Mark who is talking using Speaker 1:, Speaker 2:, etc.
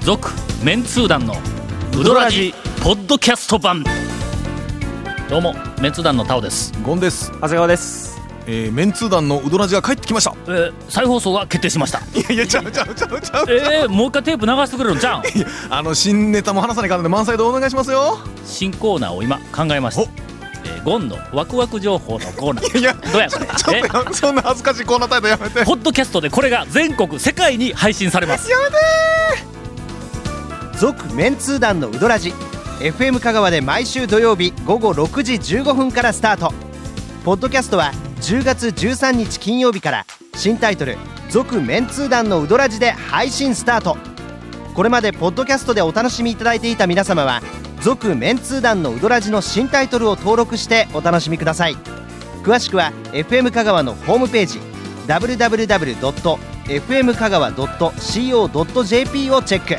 Speaker 1: 続メンツー団のウドラジポッドキャスト版どうもメンツー団のタオです、
Speaker 2: ゴンです、
Speaker 3: 長谷川です
Speaker 2: えー、メンツー団のウドラジが帰ってきました
Speaker 1: えー、再放送が決定しました
Speaker 2: いやいやちゃうちゃうちゃうちゃう
Speaker 1: えー、もう一回テープ流してくれるんじゃん
Speaker 2: あの新ネタも話さないからで満載でお願いしますよ
Speaker 1: 新コーナーを今考えました
Speaker 2: お
Speaker 1: えーゴンのワクワク情報のコーナー
Speaker 2: いや
Speaker 1: どうやこれ
Speaker 2: ちょっとやそんな恥ずかしいコーナー態度やめて
Speaker 1: えポッドキャストでこれが全国世界に配信されます
Speaker 3: 続メンツー団のウドラジ FM 香川で毎週土曜日午後6時15分からスタートポッドキャストは10月13日金曜日から新タイトル「続メンツー団のウドラジ」で配信スタートこれまでポッドキャストでお楽しみいただいていた皆様は「続メンツー団のウドラジ」の新タイトルを登録してお楽しみください詳しくは FM 香川のホームページ www.fm 香川 .co.jp をチェック